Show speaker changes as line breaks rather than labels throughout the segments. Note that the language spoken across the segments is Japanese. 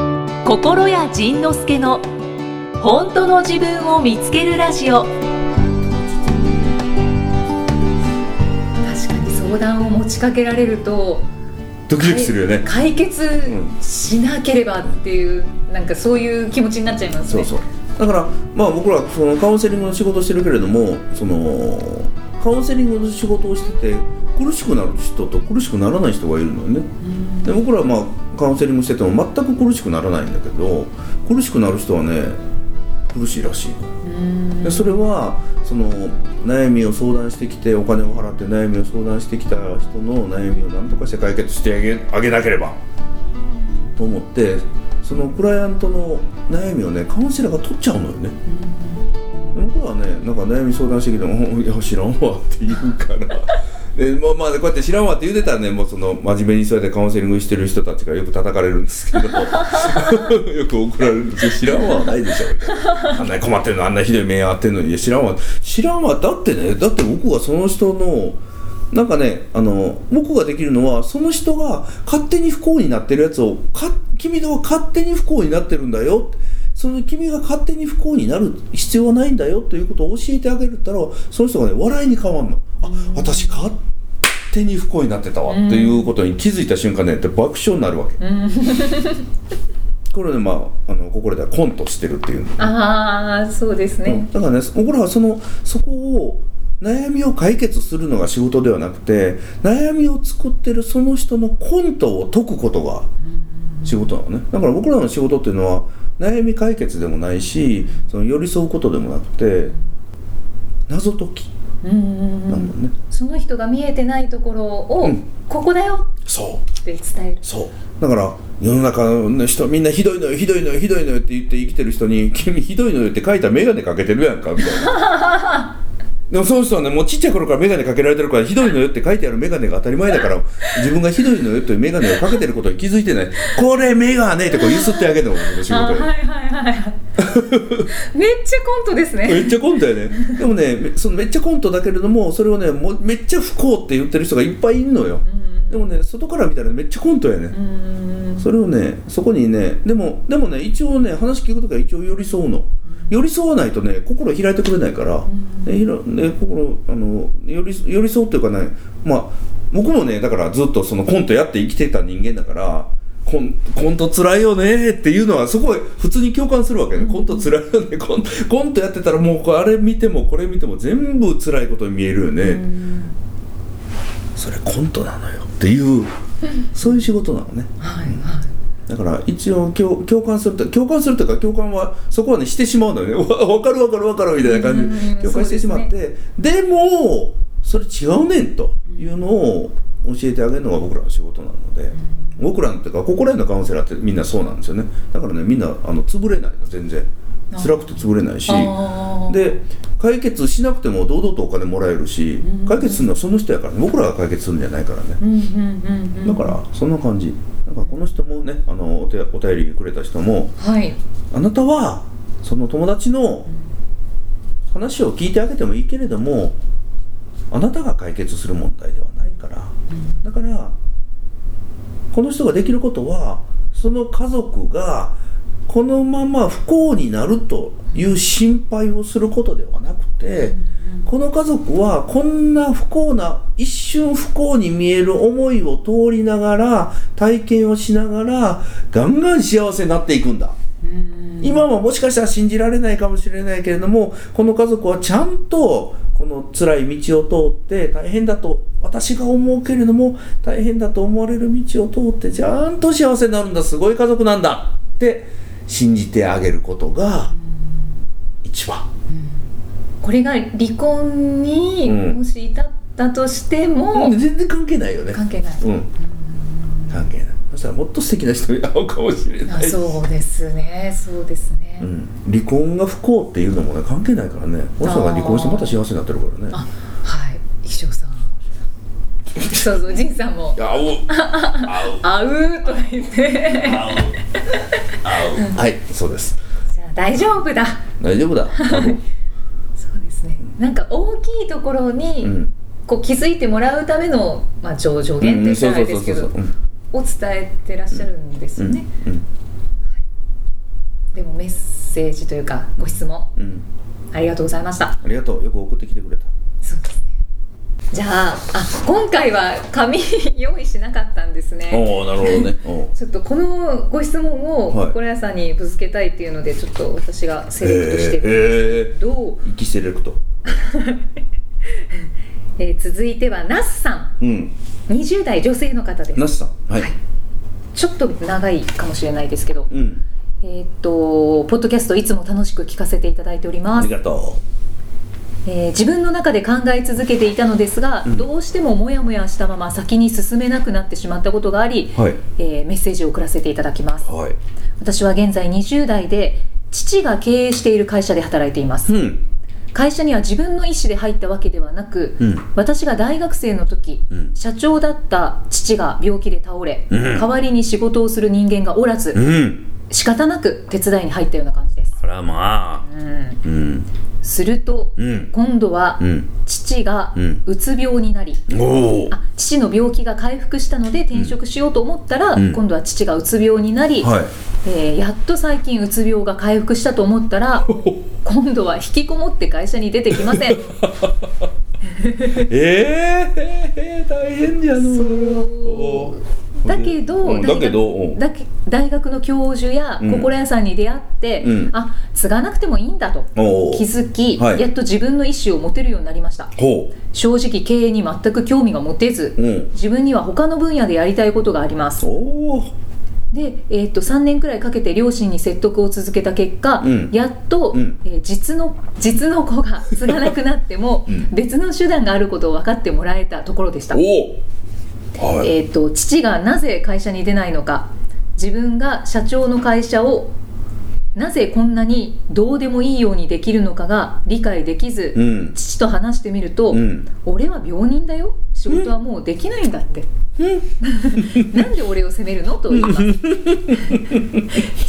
心谷仁之助の本当の自分を見つけるラジオ
確かに相談を持ちかけられると
ドキドキするよね
解決しなければっていう、なんかそういう気持ちになっちゃいます
そ
ね
うそうだからまあ僕らそのカウンセリングの仕事をしてるけれどもそのカウンセリングの仕事をしてて苦しくなる人と苦しくならない人がいるのよね
うん
で僕らはまあカウンセリングしてても全く苦しくならないんだけど苦しくなる人はね苦しいらしいの
うん
でそれはその悩みを相談してきてお金を払って悩みを相談してきた人の悩みを何とかして解決してあげあげなければと思ってそのクライアントの悩みをねカウンセラーが取っちゃうのよね。僕らはねなんか悩み相談してきてもうん「いや知らんわ」って言うからでまあまあこうやって「知らんわ」って言うてたらねもうその真面目にそうやってカウンセリングしてる人たちがよく叩かれるんですけどよく怒られるんですよ知らんわはないでしょ」みたいなあんなに困ってるのあんなひどい目合ってるのにいや知らんわ」知らんわだってねだって僕はその人のなんかねあの僕ができるのはその人が勝手に不幸になってるやつをか君のは勝手に不幸になってるんだよその君が勝手に不幸になる必要はないんだよということを教えてあげるったらその人がね笑いに変わんのあ私勝手に不幸になってたわ
うん
っていうことに気づいた瞬間ねって爆笑になるわけ これねまああのここではコントしてるっていうの
ああそうです
う
ね
ん、だからね僕らはそのそこを悩みを解決するのが仕事ではなくて悩みを作ってるその人のコントを解くことが仕事なのねだから僕らの仕事っていうのは悩み解決でもないしその寄り添うことでもなくて謎解き
うんうんうん
なんだよね、
その人が見えてないところを、
うん
ここだよ
そう
って伝える
そうだから世の中の人みんなひどいのよひどいのよひどいのよって言って生きてる人に「君ひどいのよ」って書いた眼鏡かけてるやんかみたいなでもその人はねもうちっちゃい頃から眼鏡かけられてるから「ひどいのよ」って書いてある眼鏡が当たり前だから自分が「ひどいのよ」という眼鏡をかけてることに気づいてない「これ眼鏡」ってこうゆすってあげるのが僕の仕
あ
事
ー
よ
はいはいはいはい めっちゃコントです
め
ね
っちゃコントやねでもねめそのめっちゃコントだけれどもそれをねもうめっちゃ不幸って言ってる人がいっぱいいるのよでもね外から見たらめっちゃコントやね
うん
それをねそこにねでもでもね一応ね話聞くときは一応寄り添うの寄り添わないとね心開いてくれないから、でひろで心あの寄り寄り添うっていうかねまあ僕もねだからずっとそのコントやって生きてた人間だからコンコントつらいよねっていうのはすごい普通に共感するわけね、コントつらいよねコンコントやってたらもうこうあれ見てもこれ見ても全部つらいことに見えるよね、それコントなのよっていうそういう仕事なのね
はいはい
だから一応共共感すると共感するというか共感はそこはねしてしまうのよね わわかるわかるわかるみたいな感
うん
じ
うんうん
で共感してしまってで,、もそれ違うねんというのを教えてあげるのが僕らの仕事なので僕らのっていうか心へのカウンセラーってみんなそうなんですよねだからねみんなあの潰れないの全然
あ
辛くて潰れないし
あー
で解決しなくても堂々とお金もらえるし
うん
解決するのはその人やからね僕らが解決するんじゃないからね
うんうんうんうん
だからそんな感じなんかこの人もねあのお手お便りくれた人も
はい
あなたはその友達の話を聞いてあげてもいいけれどもあなたが解決する問題ではないからだからこの人ができることはその家族がこのまま不幸になるという心配をすることではなくてこの家族はこんな不幸な一瞬不幸に見える思いを通りながら体験をしながらガンガン幸せになっていくんだ。
うん
今はもしかしたら信じられないかもしれないけれどもこの家族はちゃんとこの辛い道を通って大変だと私が思うけれども大変だと思われる道を通ってちゃんと幸せになるんだすごい家族なんだって信じてあげることが一番
これが離婚に
うん
もし至ったとしても、
うん全然関係ないよね
関係ない、
うん関係ないそしたらもっと素敵な人に会うかもしれな
あ
い
そうですねそうですね、
うん、離婚が不幸っていうのもね関係ないからねこの人が離婚してまた幸せになってるからね
あはい秘書さんそうそう仁さんも
あ お
「会う」とか言って
はいそうです
「じゃあ大丈夫だ
大丈夫 だ多分」
そうですねなんか大きいところに、
うん
こう気づいてもらうための、まあ、上上
う
限って言っ
ん
た
そう
らあれ
そう
で
そ
す
うそ
け
うそ
ど
ううん
を伝えてらっしゃるんです
う
よ
ん
ね、
うん
でもメッセージというかご質問
うん
ありがとうございました
ありがとうよく送ってきてくれた
そうですねじゃああ今回は紙用意しなかったんですね
おおなるほどねおう
ちょっとこのご質問を
はい
心屋さんにぶつけたいっていうのでちょっと私がセレクトしてるんです
えーえ
けど、
ー、息セレクト
えー続いてはナスさ
うん
ん20代女性の方です
なしさんはい、
はいちょっと長いかもしれないですけど
うん
えーっとポッドキャストいつも楽しく聞かせていただいており
あ
ま
り
す、
がと
えー自分の中で考え続けていたのですが、
うん
どうしてもモヤモヤしたまま先に進めなくなってしまったことがあり、
うはい
えーメッセージを送らせていただきます
はい
私は現在20代で父が経営している会社で働いています
うん
会社には自分の意思で入ったわけではなく、
うん
私が大学生の時、
うん
社長だった父が病気で倒れ、
うん
代わりに仕事をする人間がおらず、
うん
仕方なく手伝いに入ったような感じです、
あらまあ
うん
うん
すると、
うん
今度は、
うん
父が
うん
うつ病になり、
おお
あ父の病気が回復したので転職しようと思ったら、
うん
今度は父がうつ病になり、
はい
えーやっと最近うつ病が回復したと思った ら今度は引きこもって会社に出てきません
ええー、大変じゃの
そうだけど
うんだけどうん
だけ大学の教授や
うん
心屋さんに出会って、
うん
あ継がなくてもいいんだと
おー
気づき、
はい
やっと自分の意思を持てるようになりました
ほ
正直経営に全く興味が持てず、
ううん
自分には他の分野でやりたいことがあります
おお
で、えー、と3年くらいかけて両親に説得を続けた結果、
うん
やっと、
うん
えー実の実の子が 継がなくなっても、
うん
別の手段があることを分かってもらえたところでした、え
おおはい、
ー、と父がなぜ会社に出ないのか自分が社長の会社をなぜこんなにどうでもいいようにできるのかが理解できず、
うん
父と話してみると、
うん
俺は病人だよ仕事はもうできないんだって、 なんで俺を責めるのと言います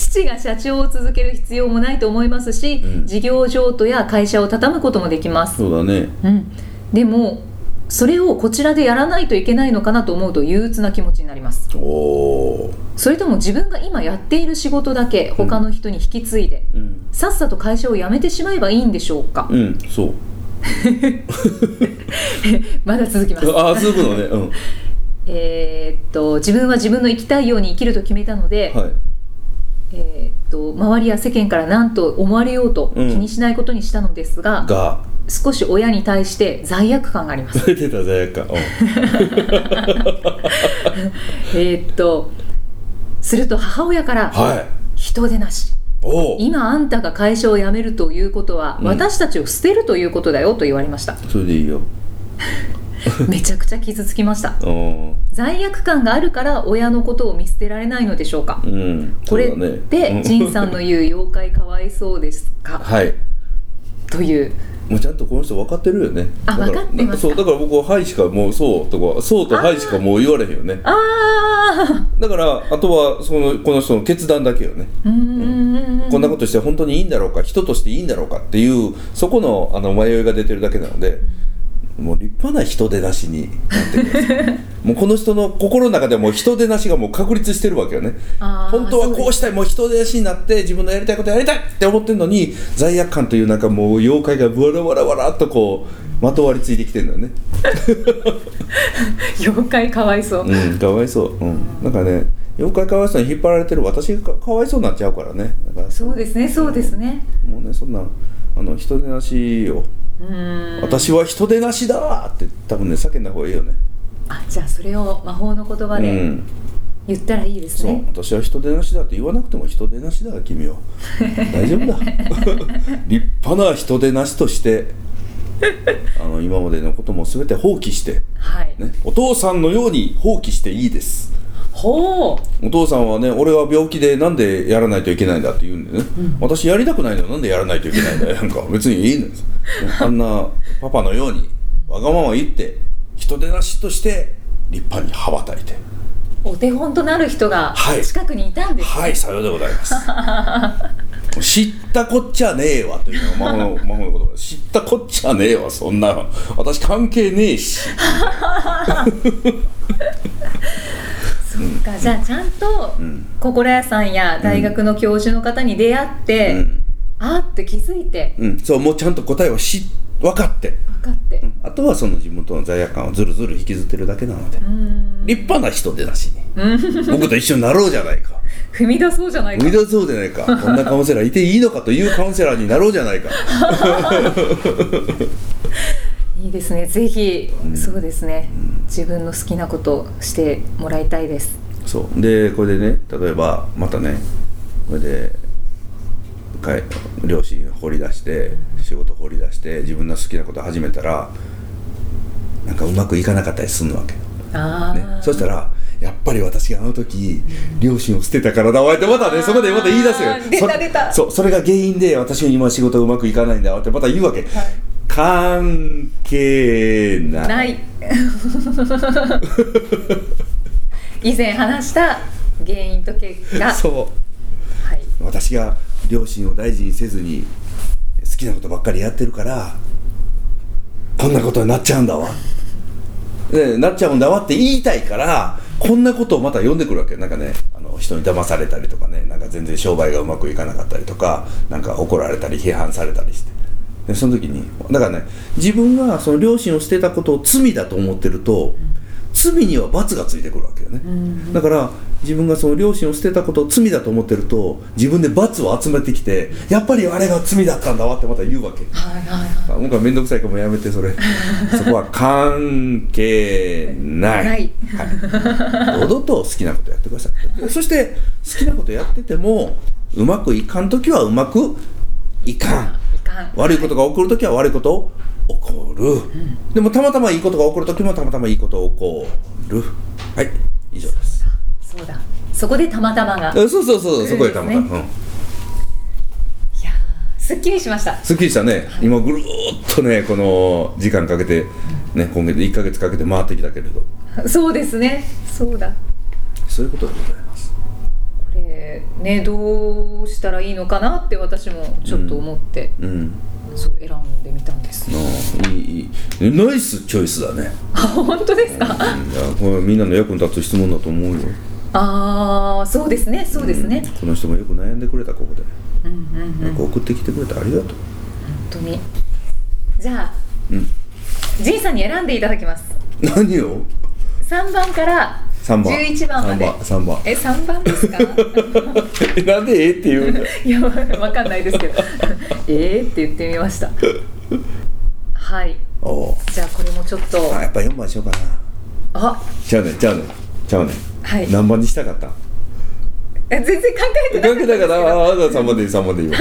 父が社長を続ける必要もないと思いますし、
うん
事業譲渡や会社を畳むこともできます、
そうだね
うん、でもそれをこちらでやらないといけないのかなと思うと憂鬱な気持ちになります
おお
それとも自分が今やっている仕事だけ他の人に引き継いで、
うん
さっさと会社を辞めてしまえばいいんでしょうか、
うんそう
まだ続きます
ああ続くのねうん
えーっと自分は自分の生きたいように生きると決めたので、
はい
えーっと周りや世間から何と思われようと気
うん
にしないことにしたのですが、
が
少し親に対して罪悪感があります
出てた罪悪感う
えーっとすると母親から
んはい
「人でなし
おお
今あんたが会社を辞めるということは、
うん
私たちを捨てるということだよ」と言われま した
それでいいよ
めちゃくちゃ傷つきました
うん
罪悪感があるから親のことを見捨てられないのでしょうか
うん
これ
そうだね
って
うん
仁さんの言う妖怪かわいそうですか
はい
という
もうちゃんとこの人分かってるよね
あ
だら
分かってますか
そうだから僕は「はい」しかもう「そう」とか「そう」と「はい」しかもう言われへんよね
ああ
だからあとはそのこの人の決断だけよね
うーん
こんなことして本当にいいんだろうか人としていいんだろうかっていうそこのあの迷いが出てるだけなのでもう立派な人出なしになってくだ さいもうこの人の心の中でもう人出なしがもう確立してるわけよね
あー
本当はこうしたいもう人出なしになって自分のやりたいことやりたいって思ってるのに罪悪感というなんかもう妖怪がわらわらわらっとこうまとわりついてきてるんだよね
妖怪かわいそう、
うんかわいそううんなんかね妖怪かわいそうに引っ張られてる私がかわいそうになっちゃうからねだから
そうですねそうですね
もうねそんなあの人出なしを
うーん
私は人出なしだーって多分ね叫んだ方がいいよね
あじゃあそれを魔法の言葉
う
で
ん
言ったらいいです
そう、
ね、
私は人出なしだって言わなくても人出なしだ君は大丈夫だ 立派な人出なしとしてあの今までのことも全て放棄して、
はい、
ね、お父さんのように放棄していいです
ほう
お父さんはね俺は病気でなんでやらないといけないんだって言うんだよね、私やりたくないのよなんでやらないといけないんだ よなんか別にいいのよあんなパパのようにわがまま言って人出なしとして立派に羽ばたいて
お手本となる人が
はい
近くにいたんです、
はいさようでござい ます知ったこっちゃねえわというのが魔 法の魔法の言葉知ったこっちゃねえわそんなの私関係ねえし
そうか、かじゃあちゃんと
うん
心屋さんや大学の教授の方に出会っ
う
て、
ん
あーって気づいて
うん、そうもうちゃんと答えはし分かって、
分かって
うんあとはその自分との罪悪感をずるずる引きずってるだけなので、
うん
立派な人でなしに
うん
僕と一緒になろうじゃない か
踏み出そうじゃないか
生み出そうじゃないかこんなカウンセラーいていいのかというカウンセラーになろうじゃないか
いいですねぜひ、そうですね、自分の好きなことしてもらいたいです
そうでこれでね例えばまたねこれでかい両親放り出して仕事放り出して自分の好きなこと始めたらなんかうまくいかなかったりするわけ
ああ、
ね、そしたらやっぱり私あの時両親を捨てたからだわってまたねそこでまた言い出すよ
あー出た
それ
出た
そうそれが原因で私は今仕事うまくいかないんだわってまた言うわけ、関係ない
ない以前話した原因と結果
そ
はい、
う私が両親を大事にせずに好きなことばっかりやってるからこんなことになっちゃうんだわ、ね、なっちゃうんだわって言いたいからこんなことをまた呼んでくるわけなんかねあの人に騙されたりとかねなんか全然商売がうまくいかなかったりとかなんか怒られたり批判されたりしてでその時にだからね自分がその両親を捨てたことを罪だと思ってると罪には罰がついてくるわけよね、だから自分がその両親を捨てたことを罪だと思ってると自分で罰を集めてきてやっぱりあれが罪だったんだわってまた言うわけ
はいはいは
あ僕は面倒くさいからもうやめてそ れそこは関係ない、
ない
はい、堂々と好きなことやってくださいそして好きなことやっててもうまくいかん時はうまくいかん
いいかん
悪いことが起こる時は悪いこと起こる、でもたまたまいいことが起こる時もたまたまいいこと起こるはい以上です
そうだそこでたまたまがいや
えそうそうそうそこでたまた
そうです
ま、うん
ーすっきりしました
すっきりしたね今ぐるーっとねこの時間かけてね今月1か月かけて回ってきたけれど
そうですねそうだ
そういうことでございます
これねどうしたらいいのかなって私もちょっと思って、
うん
そう選んでみたんです
ああいいいいナイスチョイスだね、
あ本当ですか、
うん、いやこれみんなの役に立つ質問だと思うよ
ああそうですねそうですね、
この人もよく悩んでくれたここで、
うん、うんうん
よく送ってきてくれてありがとう
本当にじゃあ
うん
じいさんに選んでいただきます
何を
3番から
3番
11番まで
3番
え3番ですか
3番なんでええって言うんだ
いやわかんないですけど えーって言ってみましたはい
おう
じゃあこれもちょっと、
あやっぱ4番しようかな
あ
ちゃうねちゃうねちゃうね、
はい
何番にしたかった
え全然考えてな
だ
か
け
った
だ
んですけ
から
ど
ああじゃあ3番でいい3番でいいよ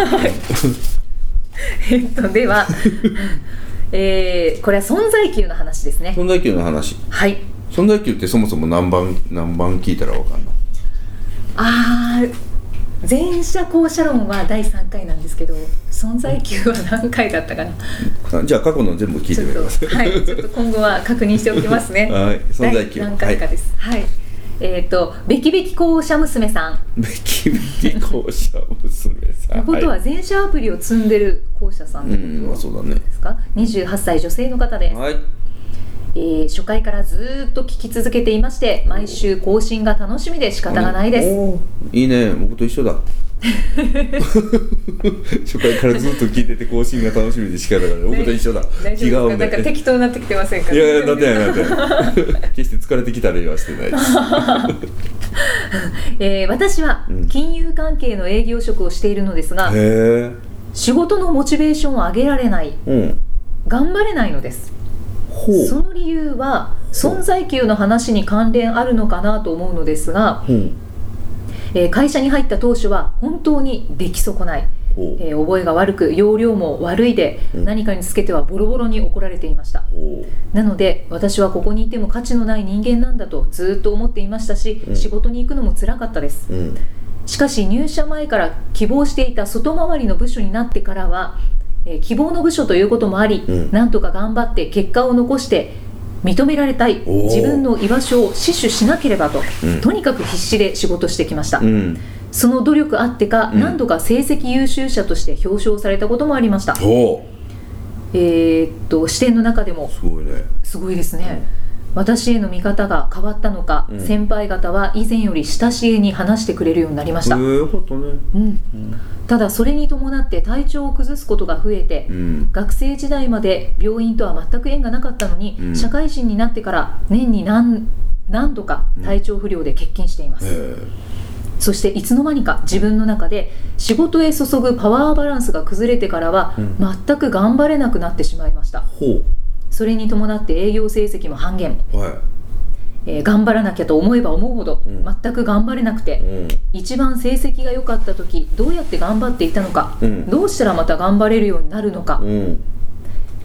えっとではえー、これは存在級の話ですね
存在級の話
はい
存在級ってそもそも何番何番聞いたらわかんない
あー前者後者論は第3回なんですけど存在級は何回だったかな
あじゃあ過去の全部聞い
ち
て
ょっ
み
と
ます
はいちょっと今後は確認しておきますね
はい存在級
第何回かですはい、えっ、とべきべき校舎娘さん
べきべき校舎娘さ
の
ん
ことは
は
い前者アプリを積んでる校舎さん
う
で
んまあそうだね
すか、28歳女性の方です、
はい
えー初回からずーっと聞き続けていまして毎週更新が楽しみで仕方がないです
おーいいね僕と 一緒だ初回からずっと聞いてて更新が楽しみで仕方がない僕と一緒だ
大
気
丈
が
夫
合う
ですかなんか
ね
適当になってきてませんか
いやいやだってないだってない決して疲れてきたりはして ないです
えー私は
うん
金融関係の営業職をしているのですが、
へ
仕事のモチベーションを上げられない
えうん
頑張れないのです
ほ
その理由は
ほう
存在級の話に関連あるのかなと思うのですが、
ほう
えー会社に入った当初は本当に出来損ない、
ほう
えー覚えが悪く容量も悪いで、
うん
何かにつけてはボロボロに怒られていました
ほ
なので私はここにいても価値のない人間なんだとずっと思っていましたし、
うん
仕事に行くのも辛かったです
ううん
しかし入社前から希望していた外回りの部署になってからは、えー希望の部署ということもあり、
うん
なんとか頑張って結果を残して認められたい
おー
自分の居場所を死守しなければと、
うん
とにかく必死で仕事してきました、
うん
その努力あってか、
うん
何度か成績優秀者として表彰されたこともありました、
ほ
えーっと視点の中でも
うすごいね
すごいですね、私への見方が変わったのか、
うん
先輩方は以前より親しげに話してくれるようになりました、
えー、よかったね
うん、
うん、
ただそれに伴って体調を崩すことが増えて、
うん、
学生時代まで病院とは全く縁がなかったのに、
うん
社会人になってから年に何何度か体調不良で欠勤していま
え
す、
ー
そしていつの間にか自分の中で仕事へ注ぐパワーバランスが崩れてからは
うん
全く頑張れなくなってしまいました
ほ
それに伴って営業成績も半減、
うは
えー頑張らなきゃと思えば思うほど
うん
全く頑張れなく
い
て
うん
一番成績が良かった時どうやって頑張っていたのか
うん
どうしたらまた頑張れるようになるのか
うん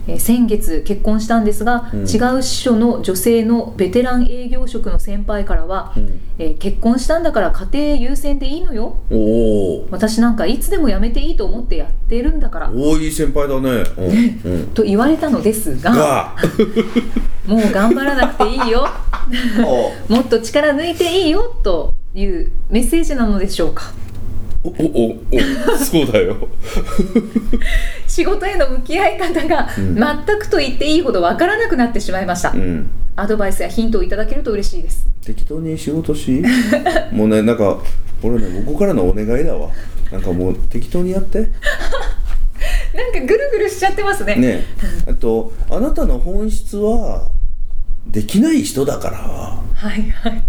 えー先月結婚したんですが、
うん
違う司書の女性のベテラン営業職の先輩からは、
うん
えー結婚したんだから家庭優先でいいのよ
おー
私なんかいつでも辞めていいと思ってやってるんだから
おーいい先輩だねうん、うん、
と言われたのですが
が
もう頑張らなくていいよ
お
もっと力抜いていいよというメッセージなのでしょうか
おおおそうだよ
仕事への向き合い方が
うん
全くと言っていいほどわからなくなってしまいました、
うん
アドバイスやヒントをいただけると嬉しいです
適当に仕事しもうねなんか俺ねここからのお願いだわなんかもう適当にやって
なんかぐるぐるしちゃってますね
ねあとあなたの本質はできない人だから
はいはい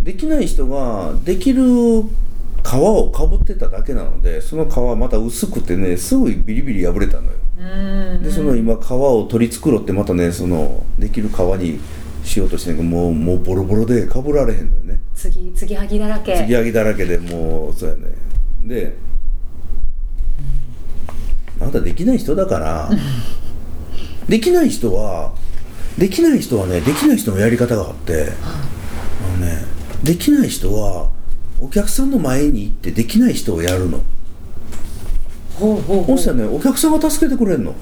できない人ができる皮をかぶってただけなのでその皮また薄くてねすぐビリビリ破れたのよ
うーん
でその今皮を取り繕ってまたねそのできる皮にしようとしてんけどもうもうボロボロでかぶられへんのよね
次次はぎだらけ
継ぎはぎだらけでもうそうやねであなたできない人だからできない人はできない人はねできない人のやり方があってあのねできない人はお客さんの前に行ってできない人をやるの
ほうほうほ
そうしたらねお客さんが助けてくれるの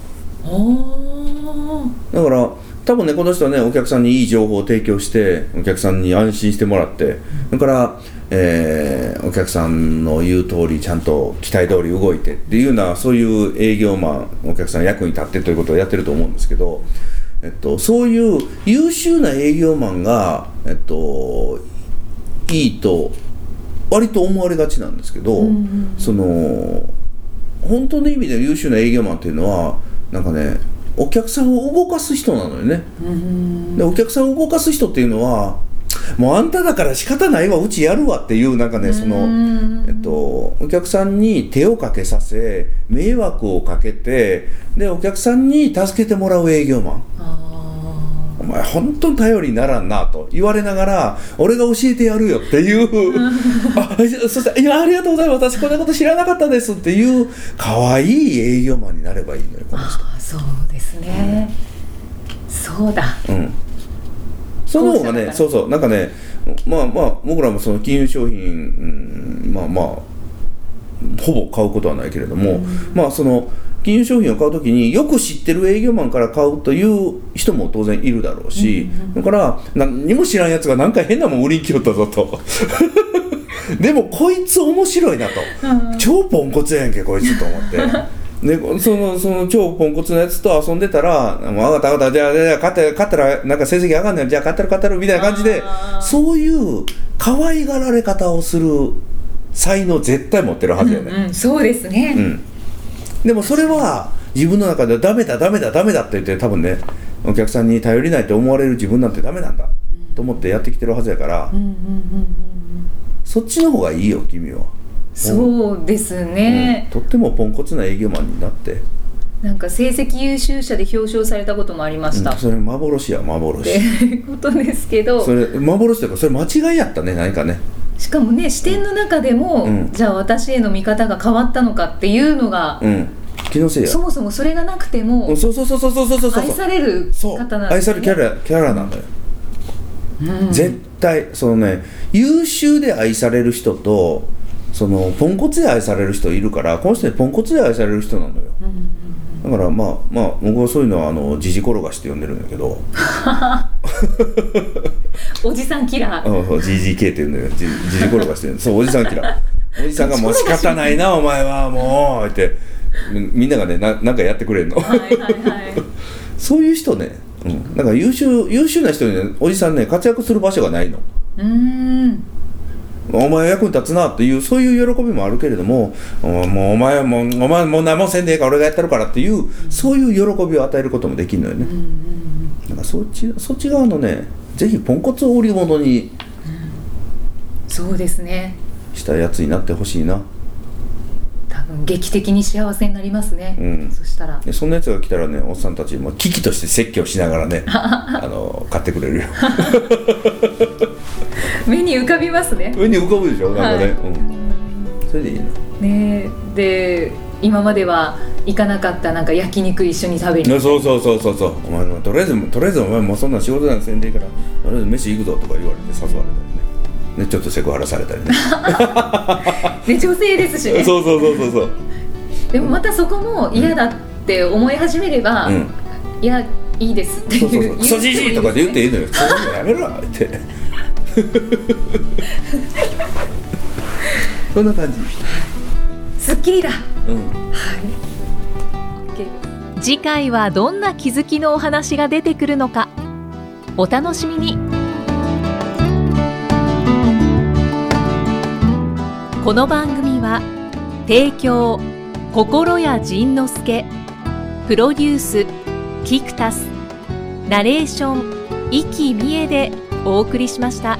おー
だから多分ねこの人はねお客さんにいい情報を提供してお客さんに安心してもらってだから、えーお客さんの言う通りちゃんと期待通り動いてっていうようなそういう営業マンお客さんの役に立ってということをやってると思うんですけど、えっと、そういう優秀な営業マンが、えっと、いいと割と思われがちなんですけど、
うんうん
その本当の意味で優秀な営業マンっていうのはなんかねお客さんを動かす人なのよね、
うーん
でお客さんを動かす人っていうのはもうあんただから仕方ないわうちやるわっていうなんかねその、えっと、お客さんに手をかけさせ迷惑をかけてでお客さんに助けてもらう営業マン
あ
お前本当に頼りにならんなと言われながら俺が教えてやるよっていうあそして「いやありがとうございます私こんなこと知らなかったです」っていう可愛い営業マンになればいいのよこ
ー
の人。
あーそうですね、そうだ
うんその方
後者
が
だか
ね
ら
そうそうなんかねまあまあ僕らもその金融商品、うんまあまあほぼ買うことはないけれども、まあその金融商品を買うときによく知ってる営業マンから買うという人も当然いるだろうし、だから何にも知らんやつがなんか変なもん売りに来よったぞと でもこいつ面白いなと。超ポンコツやんけこいつと思 ってでそのその超ポンコツのやつと遊んでたら「もう分かった分かったじゃあじゃあじゃあ勝った勝ったらなんか成績上がんないじゃあ勝ったら勝ったら」みたいな感じで
あー
そういう可愛がられ方をする才能絶対持ってるはずやね、
うん、そうですね、
うん、でもそれは自分の中でダメだダメだダメだって言って多分ねお客さんに頼りないと思われる自分なんてダメなんだと思ってやってきてるはずやから、
うんうんうんうん
そっちの方がいいよ君は、
そうです
うん
ね、
とってもポンコツな営業マンになって
なんか成績優秀者で表彰されたこともありました、
うんそれ幻や幻
ってことですけど
それ幻というかそれ間違いやったね何かね
しかもね視点の中でも、
うん
じゃあ私への見方が変わったのかっていうのが、
うん気のせいや
そもそもそれがなくて
う
も
んそうそうそうそうそうそうそうそう
愛される
そう
方なんです、ね、
愛されるキャラキャラなのよ、
うん
絶対そのね優秀で愛される人とそのポンコツで愛される人いるからこの人ねポンコツで愛される人なのよ
うん
だからまあまあ僕はそういうのはあのジジ転がしって呼んでるんだけど
おじさんキラー
うんそう GGK って言うんだよじじじ転がしてるそうおじさんキラーおじさんが「もう仕方ないなお前はもう」ってみみんながねななんかやってくれるの
はいはいはい
そういう人ねうん、だから優秀優秀な人にねおじさんね活躍する場所がないの
うーん
お前役に立つなっていうそういう喜びもあるけれどもおもうお前もうお前もう何もせんでええから俺がやってるからっていうそういう喜びを与えることもできるのよね、だからそっちそっち側のねぜひポンコツを売り物に
そうですね
したやつになってほしいな
多分劇的に幸せになりますね、
うん
そしたら
でそんなやつが来たらねおっさんたちも危機として説教しながらねあの買ってくれるよ
目に浮かびますね
上に浮かぶでしょなんかね、うん、それでいいな
ねえで今までは行かなかったなんか焼肉一緒に食べに
ねそうそうそうそうそうお前もとりあえずとりあえずお前もうそんな仕事なんかせんでいいからとりあえず飯行くぞとか言われて誘われたりねねちょっとセクハラされたりね
で女性ですしね
そうそうそうそうそう
でもまたそこも嫌だって思い始めれば、
うん
いやいいですってい
そう
う
そうそうクソじじいとかで言って
い
いいのよクソじじいやめろってそんな感じ
すっきりだ
うん
次回はどんな気づきのお話が出てくるのかお楽しみにこの番組は提供心谷仁之助プロデュースキクタスナレーション生きみえでお送りしました。